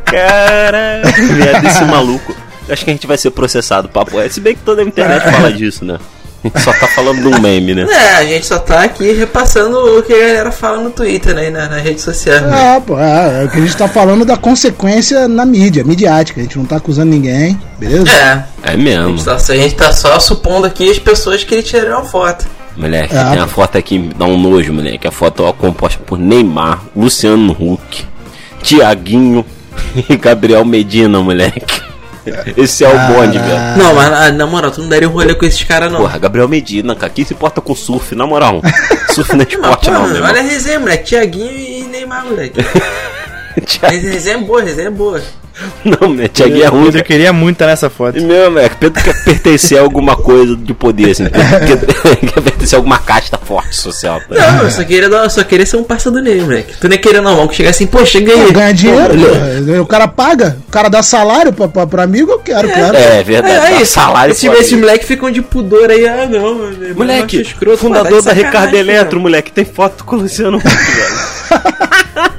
Caralho, viado, esse maluco. Acho que a gente vai ser processado, papo. É, se bem que toda a internet fala disso, né? A gente só tá falando de um meme, né? velho? É, a gente só tá aqui repassando o que a galera fala no Twitter, né? e Na, nas redes sociais. né? Ah, pô, ah, é o que a gente tá falando da consequência na mídia, midiática. A gente não tá acusando ninguém, beleza? É, É a mesmo. gente, tá, a gente tá só supondo aqui as pessoas que ele tirou a foto. Moleque, Ah. tem a foto aqui, me dá um nojo, moleque. A foto ó, composta por Neymar, Luciano Huck, Tiaguinho e Gabriel Medina, moleque. Esse é o bonde, velho. Ah, Não, mas ah, na moral, tu não daria um rolê com esses caras, não. Porra, Gabriel Medina, cara. Quem se importa com surf, na moral? surf não é Não, mas, esporte, Ah, porra, não, meu irmão. olha a resenha, moleque. Tiaguinho e Neymar, moleque. Mas Tia- resenha é boa, resenha é boa. Não, meu, Tiaguinho é ruim. Pedro, eu queria muito estar nessa foto. E Meu, moleque, Pedro quer pertencer a alguma coisa de poder, assim. Pedro quer, quer pertencer a alguma casta forte social. tá ligado? Não, eu só queria, dar, eu só queria ser um parceiro do Ney, moleque. Tu nem queria não, mano, que chegar assim, pô, chega aí. ganha dinheiro, pô. O cara paga, o cara dá salário pra, pra, pra amigo, eu quero, quero. É, é verdade. É, é dá isso. Salário Esse, pô, esses amigo. moleques ficam de pudor aí, ah não, mano, Moleque, macho escroto, fundador pô, tá da de Ricardo sacanagem, Eletro, moleque, tem foto com o Luciano Huck, velho. mano.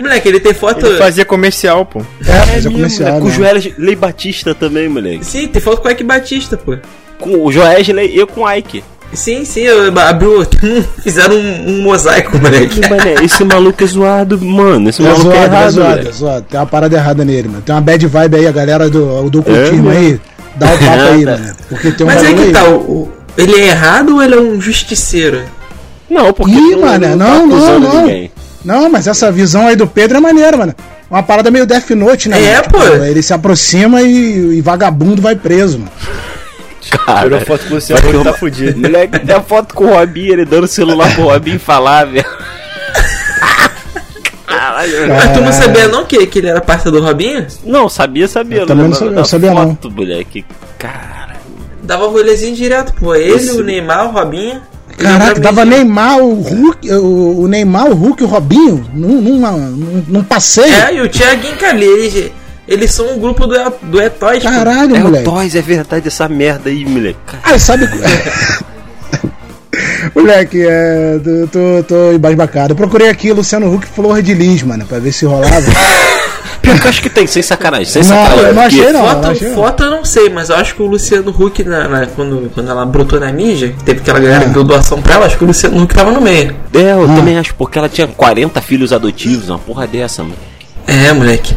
Moleque, ele tem é foto. Ele fazia comercial, pô. É, mas mesmo, é comercial, moleque, Com o né? Joesley Lei Batista também, moleque. Sim, tem foto com o Ike Batista, pô. Com o Joesley e eu com o Ike. Sim, sim, eu abriu. Fizeram um, um mosaico, moleque. Mané, esse maluco é zoado, mano. Esse É maluco é zoado, é errado, zoado, é moleque. zoado. Tem uma parada errada nele, mano. Tem uma bad vibe aí, a galera do, do ocultismo mano. aí. Dá o papo aí, Nada. mano. Porque tem um Mas aí bagulho que tá, o- o- ele é errado ou ele é um justiceiro? Não, porque Ih, não, mané, não, tá acusando não, não. ninguém. Não, mas essa visão aí do Pedro é maneira, mano. Uma parada meio Death Note, né? É, mano? pô. Ele se aproxima e, e vagabundo vai preso, mano. Tirou Cara, foto com o Luciano Huck, tá fudido. moleque, tem a foto com o Robinho, ele dando o celular pro Robinho falar, velho. Caralho, Mas tu não sabia não que, que ele era parceiro do Robinho? Não, sabia, sabia. Eu também não mas sabia, da eu sabia não. foto, moleque. Cara, Dava um rolezinho direto, pô. Ele, Esse- o Neymar, o Robinho. Caraca, Ele dava pra mim- Neymar, o Hulk, o, o Neymar, o Hulk e o Robinho num, numa- num, num passeio. É, e o Thiaguinho Cali, eles, eles são um grupo do, do tipo, Etóis. pô. Caralho, é o moleque. Toys, é verdade essa merda aí, moleque. Cara, Ai, sabe. co- moleque, é, tô, tô, tô embasbacado. Eu procurei aqui Luciano Huck Flor de Lis, mano, pra ver se rolava. pior que eu acho que tem, sem sacanagem, sem Não, sacanagem. eu não porque- achei, não. Foto, achei, foto eu não sei, mas eu acho que o Luciano Huck, na, na- quando, quando ela brotou na mídia, que teve aquela galera que deu doação pra ela, acho que o Luciano Huck tava no meio. É, eu Ah. também acho, porque ela tinha 40 filhos adotivos, uma porra dessa, mano. É, moleque.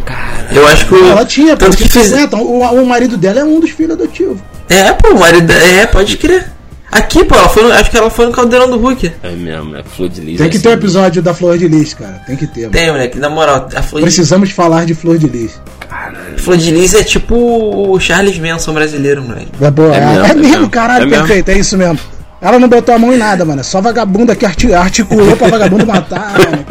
Eu acho que. o- Ela tinha, tanto que fez... 50, o, o marido dela é um dos filhos adotivos. É, pô, o marido. É, pode crer. Aqui, pô, ela foi no- acho que ela foi no caldeirão do Hulk. É mesmo, é flor de lis. Tem que assim, ter um episódio da Flor de Lis, cara. Tem que ter, mano. Tem, moleque, na moral, a Flor Precisamos falar de Flor de Lis. Cara, Flor de Lis é tipo o Charles Manson brasileiro, moleque. É boa. É É, mesmo, é é mesmo, mesmo. caralho, É mesmo. perfeito, é isso mesmo. Ela não botou a mão em nada, mano. é Só vagabunda que arti- articulou pra vagabundo matar, mano.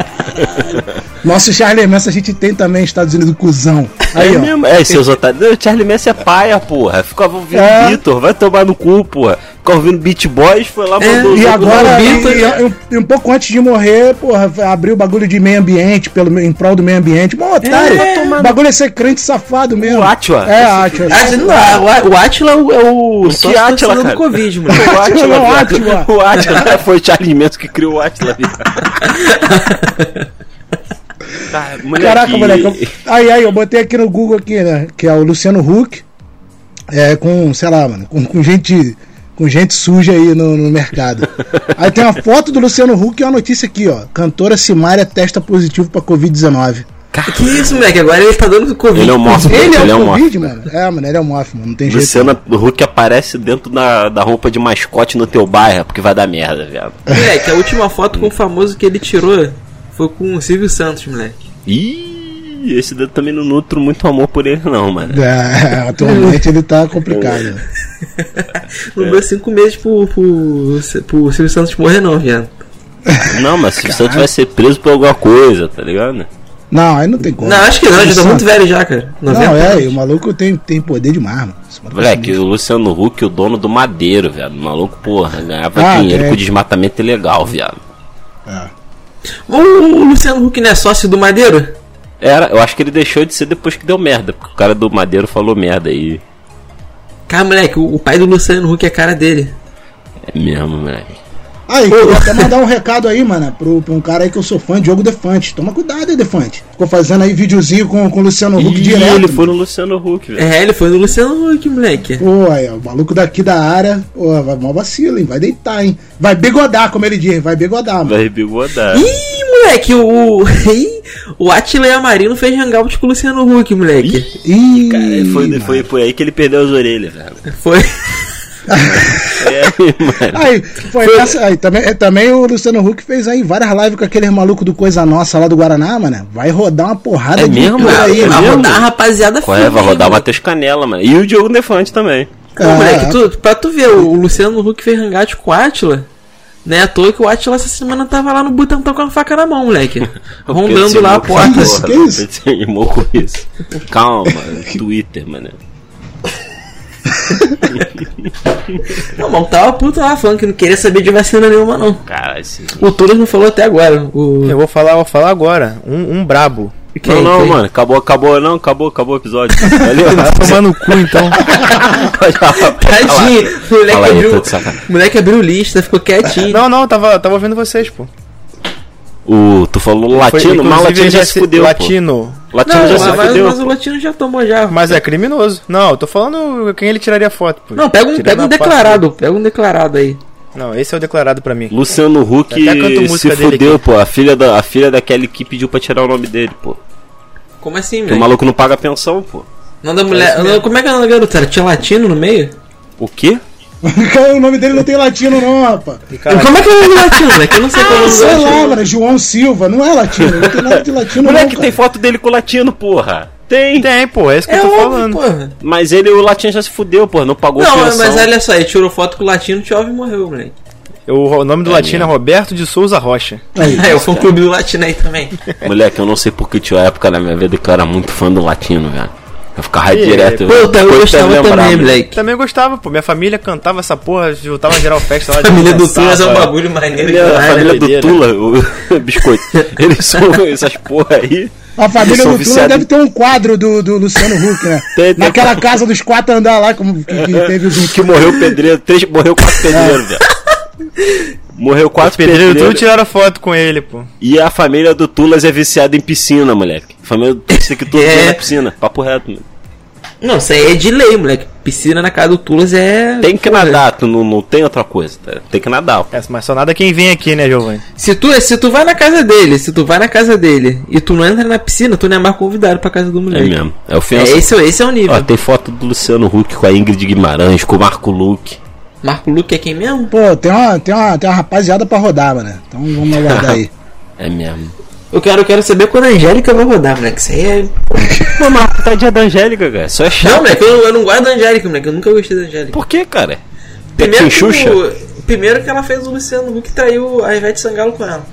Nosso Charlie Manson a gente tem também, Estados Unidos, cuzão. Aí, é ó. mesmo? É, seus otários. Não, Charlie Messi é paia, porra. Ficava ouvindo É. Vitor, vai tomar no cu, porra. Ficava ouvindo Beat Boys, foi lá, É, mandou o E jogo no agora, Beat. e, e- e um- e um pouco antes de morrer, porra, abriu o bagulho de meio ambiente, pelo, em prol do meio ambiente. Mó otário. O bagulho é ser crente safado mesmo. O Átila. É, Átila. Ah, não, o Atila é o, é o Que Átila, do cara? Covid, moleque. O Átila, Não, viado. Átila. O Átila. é? Foi o Charlie Manson que criou o Átila. viado. Cara, Tá, moleque, Caraca, e- moleque. eu- Aí, aí, eu botei aqui no Google aqui, né? Que é o Luciano Huck. É, com, sei lá, mano, com, com gente. Com gente suja aí no, no mercado. Aí tem uma foto do Luciano Huck e uma notícia aqui, ó. Cantora Simária testa positivo pra Covid-19. Que isso, moleque? Agora ele tá dando Covid. Ele é um morto. Ele é Ele é o um Covid, mano? É, mano, ele é um off, mano. Não tem jeito. Luciana Huck aparece dentro da, da roupa de mascote no teu bairro, porque vai dar merda, viado. Moleque, a última foto com o famoso que ele tirou foi com o Silvio Santos, moleque. Ih, esse dedo também não nutro muito amor por ele, não, mano. É, atualmente ele tá complicado. Não deu cinco meses pro, pro, pro Silvio Santos morrer, não, viado. Não, mas se o Santos vai ser preso por alguma coisa, tá ligado? Não, aí não tem como. Não, acho que não, já tá muito velho né? já, cara. Não, 90 é, anos. e o maluco tem, tem poder demais, mano. Esse maluco é Moleque, o Luciano Huck, o dono do Madeiro, viado. O maluco, porra, ganhava Ah, dinheiro é. com desmatamento ilegal, viado. É. O Luciano Huck não é sócio do Madeiro? Era, eu acho que ele deixou de ser depois que deu merda, porque o cara do Madeiro falou merda aí. Cara, moleque, o, o pai do Luciano Huck é a cara dele. É mesmo, moleque. Aí, queria até mandar um recado aí, mano, pro, pra um cara aí que eu sou fã, Diogo Defante. Toma cuidado aí, Defante. Ficou fazendo aí videozinho com, com o Luciano Huck Ih, direto. ele mano. foi no Luciano Huck, velho. É, ele foi do Luciano Huck, moleque. Pô, aí, ó, o maluco daqui da área, pô, vai mó vacilo, hein? Vai deitar, hein? Vai bigodar, como ele diz, vai bigodar, mano. Vai É. bigodar. Ih, moleque, o. Ih, o Atila e a Marino fez hangout com o Luciano Huck, moleque. Ih, Cara, É, foi, mano. foi, foi aí que ele perdeu as orelhas, velho. Foi. É, mano. Aí, foi nessa- aí, também, é, também o Luciano Huck fez aí várias lives com aquele maluco do Coisa Nossa lá do Guaraná, mano. Vai rodar uma porrada É de mesmo? coisa aí, É Vai mesmo? rodar a rapaziada Qual é? Vai firme, rodar o moleque. Matheus Canela, mano. E o Diogo Defante também. Não, Ah, moleque, é. tu, pra tu ver, o Luciano Huck fez hangout com o Atila. Né, à toa que o Atila essa semana tava lá no Butantã com a faca na mão, moleque. O Rondando Pedro lá a se animou com porta. isso, porra, que o isso? Pedro se animou com isso. Calma, Twitter, mano. Não, mas tava puto lá falando que não queria saber de vacina nenhuma, não. Cara, esse... O Turas não falou até agora. O... Eu vou falar, vou falar agora. Um, um brabo. Quem? não, não, Quem? mano. Acabou, acabou, não. Acabou, acabou o episódio. Valeu. Vai tomar no cu, então. Tadinho, o Fala moleque aí, abriu. tô de sacanagem. O moleque abriu lista, ficou quietinho. Não, não, tava, tava ouvindo vocês, pô. O, tu falou latino, mas o inclusive, latino ele já se fudeu. pô. Latino. Latino Não, já mas, se mas- fudeu. mas o Latino já tomou já. Mas é criminoso. Não, eu tô falando quem ele tiraria foto, pô. Não, pega um, Tirando pega a um parte- declarado, pega um declarado aí. Não, esse é o declarado pra mim. Luciano Huck Até canto se música dele fudeu, pô. A filha, da, a filha daquele que pediu pra tirar o nome dele, pô. Como assim, Que o velho? maluco não paga pensão, pô. Não da mulher. não, como é que é o nome da garota? Era- Tinha latino no meio? O quê? o nome dele não tem latino, não, rapaz. Cara, Como é que é o nome do latino, velho? Que eu não sei qual é o nome do Sei latino. lá, mano, João Silva, não é latino, não tem nada de latino, Moleque, não. tem cara. foto dele com o latino, porra. Tem. tem, pô, é isso que É eu tô óbvio, falando. porra. Mas ele, o latino já se fudeu, pô. Não pagou Não, pensão. mas olha só, ele tirou foto com o latino, chove e morreu, moleque. Eu- o nome do latino é Roberto de Souza Rocha. É, eu fui um clube do latino aí também. Moleque, eu não sei porque tinha uma época na minha vida que eu era muito fã do latino, velho. Eu ficava direto. Pô, eu também Depois pra gostava lembrar, também, mano. moleque. Também gostava, pô. Minha família cantava essa porra, juntava geral festa lá de Família do dançar, Turas é um cara. bagulho maneiro. Ele, a caralho. família do doideira. Tula, o biscoito. Eles são essas porra aí. A família Eles são do Tula viciados deve ter um quadro do, do Luciano Huck, né? Tem, tem. Naquela um casa dos quatro andar lá, como que, É. que teve os Que morreu pedreiro, três, morreu quatro pedreiros, velho. Morreu quatro Pedreiro, então tudo pedreiros. tiraram foto com ele, pô. E a família do Tulas é viciada em piscina, moleque. A família do Tulas tem que todo É. dia na piscina. Papo reto, mano. Não, isso aí é de lei, moleque. Piscina na casa do Tulas é. Tem que nadar, tu não, não tem outra coisa, tá? Tem que nadar. É, mas só nada quem vem aqui, né, Giovanni? Se tu, se tu vai na casa dele, se tu vai na casa dele e tu não entra na piscina, tu não é mais convidado pra casa do É moleque. mesmo. É É, ofensa. esse, esse é o nível. Ó, tem foto do Luciano Huck com a Ingrid Guimarães, com o Marco Luque. Marco Luque é quem mesmo? Pô, tem uma, tem, uma, tem uma rapaziada pra rodar, mano. Então vamos aguardar aí. É mesmo. Eu quero, eu quero saber quando a Angélica vai rodar, moleque. Isso aí é. Pô, mas tá dia da Angélica, cara. Isso é chato. Não, moleque, eu, eu não gosto da Angélica, moleque. Eu nunca gostei da Angélica. Por que, cara? Primeiro Tem que, Xuxa? o- primeiro que ela fez o Luciano Huck traiu a Ivete Sangalo com ela.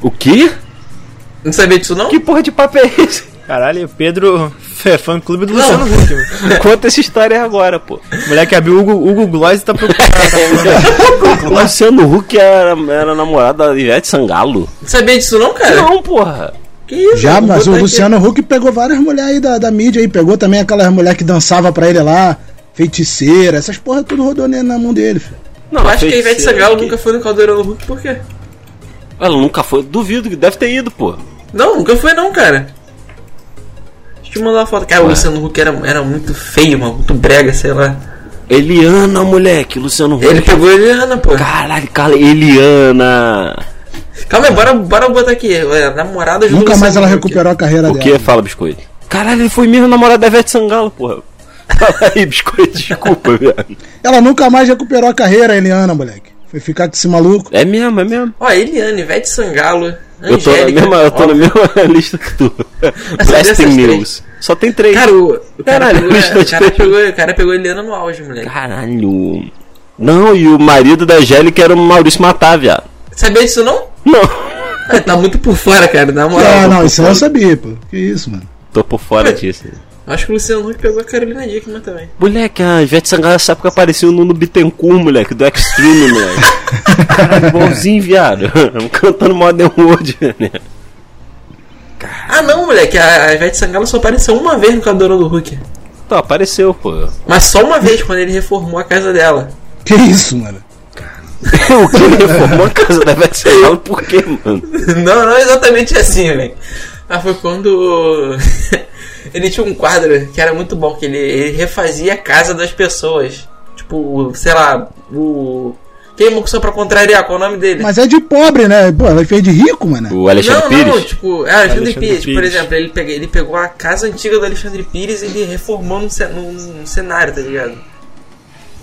O quê? Não sabia disso, não? Que porra de papo é esse? Caralho, o Pedro é fã clube do Não. Luciano Huck, mano. Conta essa história agora, pô. O moleque abriu o Hugo, Hugo Gloss e tá preocupado. tá falando, O Luciano Huck era, era namorado da Ivete Sangalo? Não sabia disso, não, cara? Não, porra. Que isso? Já, Vou mas o botar Luciano Huck pegou várias mulheres aí da, da mídia aí, pegou também aquelas mulheres que dançava pra ele lá, feiticeira, essas porra tudo rodou nele na mão dele, filho. aqui. Não, acho que a Ivete Feiticeiro Sangalo aqui. nunca foi no Caldeirão do Hulk, por quê? Ela nunca foi. Duvido que deve ter ido, pô. Não, nunca foi, não, cara. Deixa eu te mandar uma foto. Cara, o Ué. Luciano Huck era, era muito feio, mano. Muito brega, sei lá. Eliana, moleque. Luciano Huck. Ele pegou a Eliana, pô. Caralho, cara, Eliana. Calma aí, bora, bora botar aqui. é, Namorada do Nunca Luciano mais ela Huck. recuperou a carreira O que? dela. Fala, biscoito. Caralho, ele foi mesmo namorado da Ivete Sangalo, porra. Fala aí, biscoito, desculpa, velho. Ela nunca mais recuperou a carreira, Eliana, moleque. Foi ficar com esse maluco. É mesmo, é mesmo. Ó, Eliane, Ivete Sangalo, Eu tô, na Angélica. mesma, eu tô Ó, na mesma lista que tu. dessas Blasting três. News. Só tem três. Cara, o, o cara, Caralho, pegou, lista o, de cara três. pegou, o cara pegou a Eliana no auge, moleque. Caralho. Não, e o marido da Angélica era o Maurício Matar, viado. Sabia disso, não? Não. Ah, tá muito por fora, cara, na moral. Ah, não, isso eu não sabia, pô. Que isso, mano. Tô por fora disso. Acho que o Luciano Huck pegou a Carolina Dickman também. Moleque, a Ivete Sangalo essa época apareceu no, no Bittencourt, moleque, do Extreme, moleque. Caralho, igualzinho, viado. Cantando Modern World, né? Ah, não, moleque, a a Ivete Sangalo só apareceu uma vez no Caldeirão do Hulk. Então, apareceu, pô. Mas só uma vez, quando ele reformou a casa dela. Que isso, mano. O que ele reformou a casa da Ivete Sangalo, por quê, mano? não, não é exatamente assim, velho. Mas foi quando. ele tinha um quadro que era muito bom, que ele, ele refazia a casa das pessoas. Tipo, o- sei lá, o. Quem só pra contrariar, qual é o nome dele? Mas é de pobre, né? Pô, ela fez de rico, mano. O Alexandre não, Pires? não, tipo, é, Alexandre, Alexandre Pires, por Pires. exemplo, ele, pega, ele pegou a casa antiga do Alexandre Pires e ele reformou num, ce- num- num cenário, tá ligado?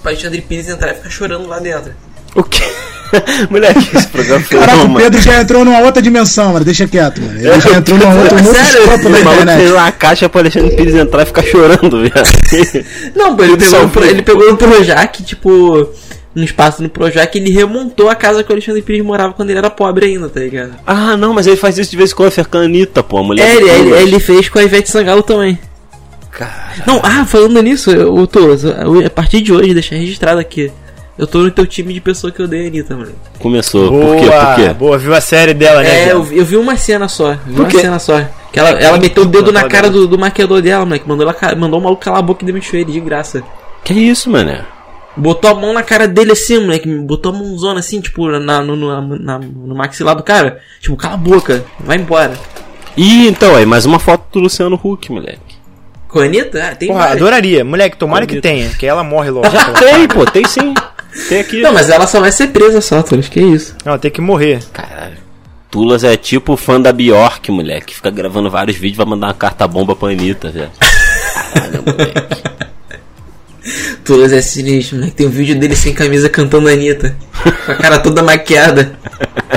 Pra Alexandre Pires entrar e ficar chorando lá dentro. O quê? Moleque, esse programa foi Caraca, o uma- Pedro já entrou numa outra dimensão, mano. Deixa quieto, mano. Ele já entrou num outro Sério? mundo escopo na O maluco fez tá internet. uma caixa pro Alexandre Pires entrar e ficar chorando, viado. Não, pô, ele Tudo pegou, só no pro- foi. ele pegou no Projac, tipo, um espaço no Projac e ele remontou a casa que o Alexandre Pires morava quando ele era pobre ainda, tá ligado? Ah, não, mas ele faz isso de vez em quando, fica com a Anitta, pô, a mulher. do É, ele, ele, Lula. ele fez com a Ivete Sangalo também. Cara, Não, ah, falando nisso, eu eu tô, eu- a partir de hoje, deixa registrado aqui. Eu tô no teu time de pessoa que odeia a Anitta, mano. começou. Por quê? boa, Por quê? boa, viu a série dela, né? É, viado? eu, vi- eu vi uma cena só. Vi Por uma quê? cena só. Que ela, ela meteu o dedo na Tá cara do, do maquiador dela, moleque. Mandou, ela, ca- mandou o maluco calar a boca e demitiu ele, de graça. Que isso, mano? Botou a mão na cara dele assim, moleque. Botou a mãozona assim, tipo, na, no, no, na- no maxilar do cara. Tipo, cala a boca, vai embora. Ih, então, aí, mais uma foto do Luciano Huck, moleque. Com a Anitta? Ah, tem Porra, várias. adoraria. Moleque, tomara que tenha, que ela morre logo. Já tem, pô, tem sim. Tem aqui. Não, mas ela só vai ser presa só, Turas, que isso. Não, tem que morrer. Caralho. Tulas é tipo fã da Bjork, moleque. Fica gravando vários vídeos, vai mandar uma carta bomba pra Anitta, velho. Caralho, moleque. Turas é sinistro, moleque. Tem um vídeo dele sem camisa cantando a Anitta. Com a cara toda maquiada.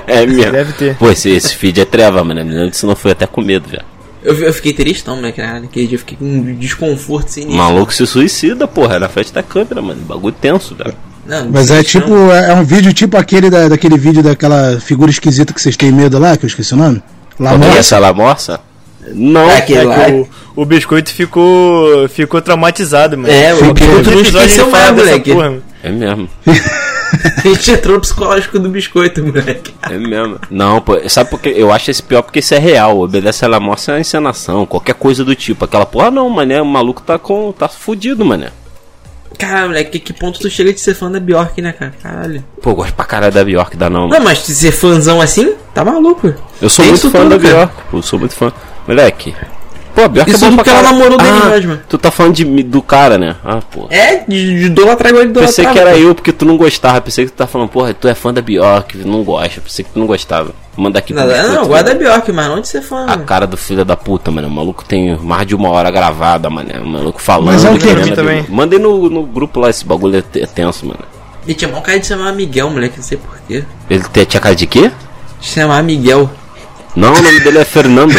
É mesmo. Deve ter. Pô, esse, esse feed é treva, mano. Me lembro disso, não foi até com medo, velho. Eu, eu fiquei tristão, moleque. né? Naquele dia eu fiquei com um desconforto O sinistro. maluco se suicida, porra, É na frente da câmera, mano. Bagulho tenso, velho. Não, Mas é sinistro não. tipo, é é um vídeo tipo aquele da, daquele vídeo daquela figura esquisita que vocês têm medo lá, que eu esqueci o nome. Lá Quando morre. ia essa morça? Não, É aquele É lá. que o, o biscoito ficou, ficou traumatizado, mano. É, o Todo biscoito não esqueceu ele mais, fala dessa moleque. porra, mano. é mesmo. A gente entrou no psicológico do biscoito, moleque. É mesmo. Não, pô, sabe por quê? Eu acho esse pior porque isso é real. Obedece a La Morsa é uma encenação, qualquer coisa do tipo. Aquela porra não, mané. O maluco tá com. tá fudido, mané. Cara, moleque, que ponto tu chega de ser fã da Bjork, né, cara? Caralho. Pô, eu gosto pra caralho da Bjork, dá não. Não, mas de ser fãzão assim, tá maluco. Eu sou Tem muito isso fã da tudo, cara. Bjork, pô, eu sou muito fã. Moleque. Pô, a Bjork Isso é bom pra porque ela caralho. namorou dele ah, mesmo. Tu tá falando de, do cara, né? Ah, pô. É, de de idolatrar igual ele Pensei idolatrava. que era eu porque tu não gostava. Pensei que tu tá falando, porra, tu é fã da Bjork, não gosta. Pensei que tu não gostava. Manda aqui Não, não, biscoito, eu gosto da Bjork, mas não de ser fã. né? né? A cara do filho da puta, mano. O maluco tem mais de uma hora gravada, mano. O maluco falando. Mas é o quê? né, Eu vi né, também. Bigo? Mandei no, no grupo lá, esse bagulho é te- é tenso, mano. Ele tinha mal cara de chamar Miguel, moleque, não sei porquê. Ele te- tinha cara de quê? Chamar Miguel. Não, o nome dele é Fernando.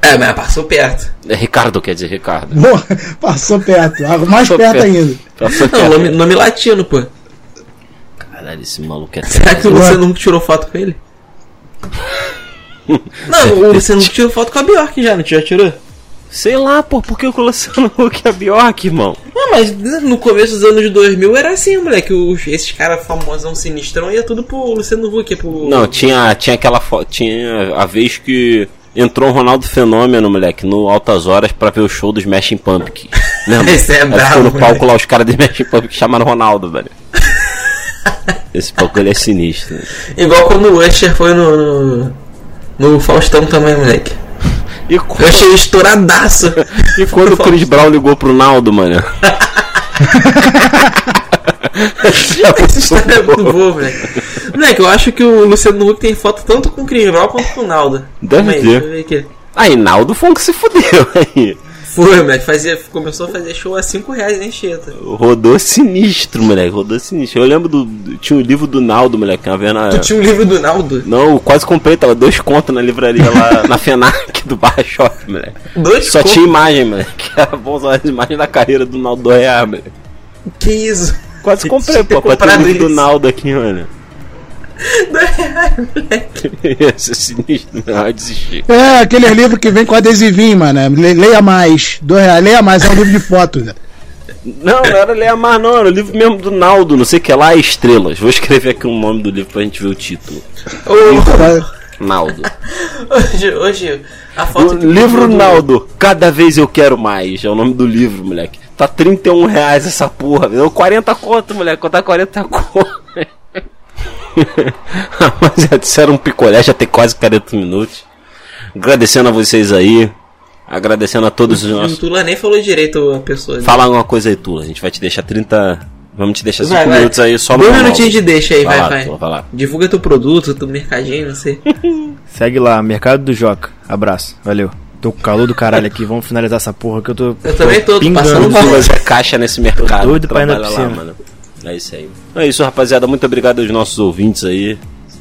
É, mas passou perto. É Ricardo, quer dizer, Ricardo. Boa, passou perto, algo mais Passou perto perto. ainda. Passou Não, nome, perto. nome latino, pô. Caralho, esse maluco é Será que o tremendo. Luciano Huck tirou foto com ele? Não, o Luciano Huck tirou foto com a Bjork já, não já tirou? Sei lá, pô, por que o Luciano Huck é Bjork, irmão? Não, mas no começo dos anos 2000 era assim, moleque. Os, esses caras famosão sinistrão ia tudo pro Luciano Huck, ia pro... Não, tinha, tinha aquela foto. Tinha a vez que entrou o Ronaldo Fenômeno, moleque, no Altas Horas pra ver o show dos Smashing Pumpkins. Lembra? Esse é Aí brabo, ficou no moleque. palco lá, os caras do Smashing Pumpkins chamaram o Ronaldo, velho. Esse palco ele é sinistro. né? Igual quando o Usher foi no, no... no Faustão também, moleque. E Eu quando, achei estouradaço. e quando o Chris Brown ligou pro Naldo, mano? Essa história é muito boa, moleque. Moleque, eu acho que o Luciano Huck tem foto tanto com o Chris Brown quanto com o Naldo. Deve Calma aí, ter. deixa eu ver aqui. Aí, Naldo foi um que se fudeu aí. Foi, moleque. Fazia, começou a fazer show a 5 reais em Anchieta. Rodou sinistro, moleque. Rodou sinistro. Eu lembro do. do- Tinha um livro do Naldo, moleque. Uma vez na. Tu tinha um livro do Naldo? Não, eu quase comprei, tava dois contos na livraria lá na FENAC do Barra Shop, moleque. Dois Só contos? tinha imagem, moleque. Era bom usar as imagens da carreira do Naldo real, moleque. Que isso? Quase comprei, pô, pra Tinha ter o comprado livro do isso. Naldo aqui, mano. Isso é sinistro, não, eu desisti. É, aquele livro que vem com adesivinho, mano. É, Le- Leia mais. Dois reais, leia mais, é um livro de foto. né? Não, não era ler mais, não, era o livro mesmo do Naldo, não sei o que lá, Estrelas. Vou escrever aqui o nome do livro pra gente ver o título. Ô, Naldo. Hoje, hoje, a O foto que livro Naldo, cada vez eu quero mais. É o nome do livro, moleque. Tá 31 reais essa porra. Deu 40 conto, moleque. Contar 40 conto. Mas já disseram um picolé, já tem quase 40 minutos. Agradecendo a vocês aí. Agradecendo a todos os O nossos. Tula nem falou direito a pessoa. né? Fala alguma coisa aí, Tula. A gente vai te deixar 30. Vamos te deixar 5 Vai, vai. minutos aí só no. Dois monólogo. minutinhos de deixa aí, Vai vai, lá, vai. Tula, vai lá. Divulga teu produto, teu mercadinho, não sei. Segue lá, Mercado do Joca. Abraço, valeu. Tô com calor do caralho aqui, vamos finalizar essa porra que eu tô. Eu também tô, tô pingando. passando um mal. Duas é caixa nesse mercado. doido pra ir na Trabalha lá, piscina. mano. É isso aí. É isso, rapaziada. Muito obrigado aos nossos ouvintes aí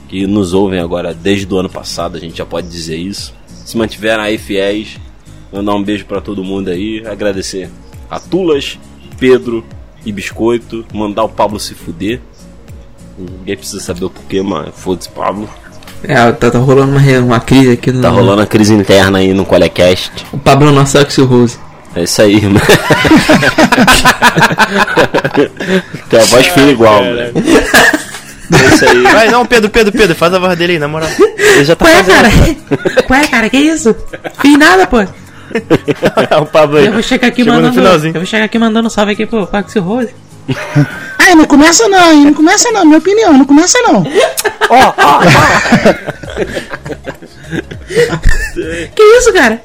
que nos ouvem agora desde o ano passado. A gente já pode dizer isso. Se mantiveram aí fiéis, mandar um beijo pra todo mundo aí. Agradecer a Tulas, Pedro e Biscoito. Mandar o Pablo se fuder. Ninguém precisa saber o porquê, mano. Foda-se, Pablo. É, tá, tá rolando uma, re- uma crise aqui no. Tá Uhum. rolando a crise interna aí no Colecast. O Pablo nosso é o Rose. É isso aí, mano. Tem a voz fina igual, moleque. É isso aí. Vai não, Pedro, Pedro, Pedro, faz a voz dele aí, na moral. Ele já tá Ué, fazendo. cara? Ué, cara, que isso? Fiz nada, pô. É o Pablo aí. Eu vou chegar aqui Chegou no mandando. finalzinho. Eu vou chegar aqui mandando um salve aqui pro Paxi Rose. Ai, Ah, não começa não, hein? Não começa não, minha opinião, não começa não. Que isso, cara?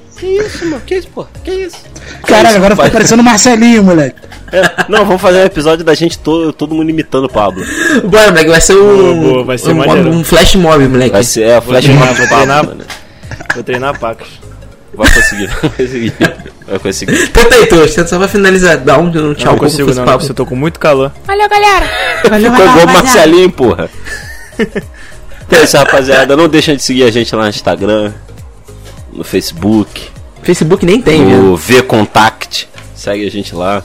Caralho, agora ficou parecendo o Marcelinho, moleque. É, Não, vamos fazer um episódio da gente todo, todo mundo imitando o Pablo. Bora, moleque, vai ser um. Boa, boa, vai ser um, maneiro. um flash mob, moleque. Vai ser é, flash treinar, mob vou do Pablo, treinar. mano. Vou treinar pacas. Vai conseguir, vai conseguir. Vai conseguir. Tenta aí, Toast, tenta só pra finalizar. Dá um, um tchau Não como se consigo, fosse não, não Pablo. consigo, eu tô com muito calor. Valeu, galera. Valeu, Ficou igual o rapaziada. Marcelinho, porra. Então É isso, rapaziada. Não deixa de seguir a gente lá no Instagram, no Facebook, Facebook nem tem, viu? no VContact. Segue a gente lá.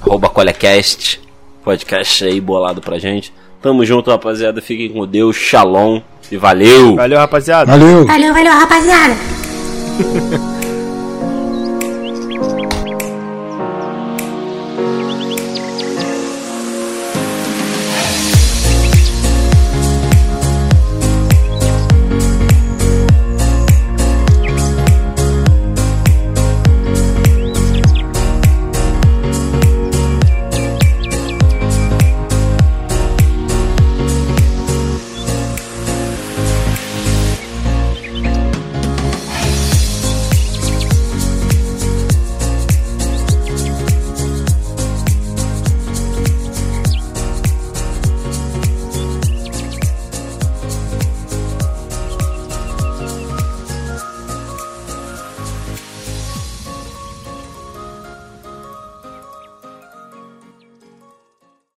Arroba Colecast. Podcast aí bolado pra gente. Tamo junto, rapaziada. Fiquem com Deus. Shalom. E valeu. Valeu, rapaziada. Valeu. Valeu, valeu, rapaziada.